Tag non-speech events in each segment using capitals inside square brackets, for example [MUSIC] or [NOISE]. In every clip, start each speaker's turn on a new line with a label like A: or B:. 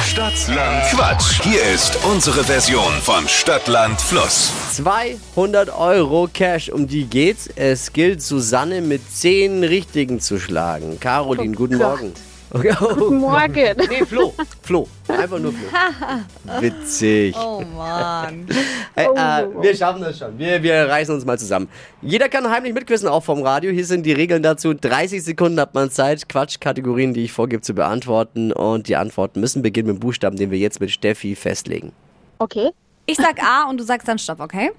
A: Stadtland Quatsch. Hier ist unsere Version von Stadtland Fluss.
B: 200 Euro Cash, um die geht's. Es gilt, Susanne mit 10 Richtigen zu schlagen.
C: Oh
B: Caroline, guten
D: Gott.
B: Morgen. Okay, [LAUGHS] oh,
D: Morgen.
B: nee, Flo. Flo. Einfach nur Flo.
C: [LAUGHS]
B: Witzig.
C: Oh Mann. Oh,
B: Hey, äh, wir schaffen das schon. Wir, wir reißen uns mal zusammen. Jeder kann heimlich mitquissen, auch vom Radio. Hier sind die Regeln dazu. 30 Sekunden hat man Zeit, Quatschkategorien, die ich vorgebe, zu beantworten. Und die Antworten müssen beginnen mit dem Buchstaben, den wir jetzt mit Steffi festlegen.
D: Okay,
C: Ich sag A und du sagst dann Stopp, okay?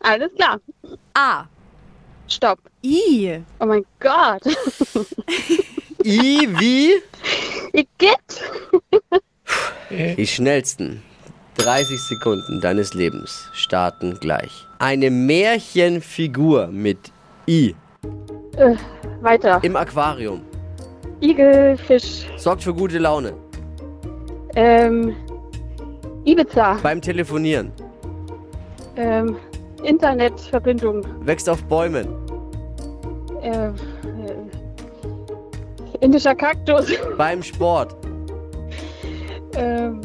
D: alles klar.
C: A.
D: Stopp.
C: I.
D: Oh mein Gott. [LAUGHS]
B: I wie?
D: Igitt.
B: Die schnellsten 30 Sekunden deines Lebens starten gleich. Eine Märchenfigur mit I
D: Weiter.
B: im Aquarium
D: Igel, Fisch.
B: sorgt für gute Laune
D: Ähm, Ibiza.
B: beim Telefonieren,
D: Ähm, Internetverbindung.
B: wächst auf Bäumen,
D: Ähm, äh, indischer Kaktus. [LAUGHS]
B: beim Sport,
D: Ähm,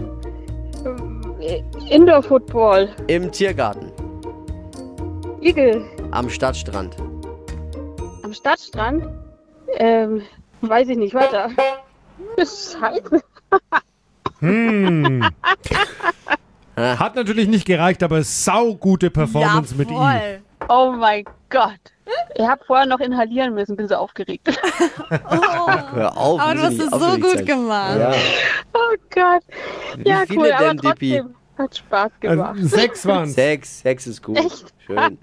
D: äh, Indoor Football.
B: im Tiergarten,
D: Igel.
B: am Stadtstrand,
D: Am Stadtstrand. Ähm, weiß ich nicht. Weiter. [LAUGHS] Scheiße.
E: Hat natürlich nicht gereicht, aber saugute Performance mit ihm.
C: voll.
D: Oh mein Gott. Ich habe vorher noch inhalieren müssen, bin so aufgeregt.
B: hör auf.
C: Aber
B: wir
C: du
B: sind
C: hast
B: nicht
C: es so
B: aufgeregt
C: gut
B: sein.
C: gemacht.
B: Ja.
D: [LAUGHS] Oh Gott.
B: Wie
D: ja,
B: viele
D: cool,
B: denn,
D: aber
B: Dippi? Ähm,
D: trotzdem hat Spaß gemacht.
E: Also, sechs waren
B: Sex, Sex ist gut. Schön.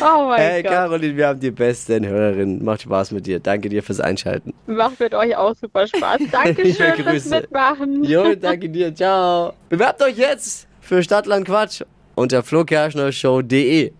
D: Oh
B: [LAUGHS]
D: mein
B: Hey
D: Gott.
B: Caroline, wir haben die besten Hörerinnen. Macht Spaß mit dir. Danke dir fürs Einschalten.
D: Macht mit euch auch super Spaß. Dankeschön fürs
B: Grüße. [LAUGHS]
D: Mitmachen.
B: Jo, danke dir. Ciao. Bewerbt euch jetzt für Stadtland Quatsch unter flokerschnershow.de.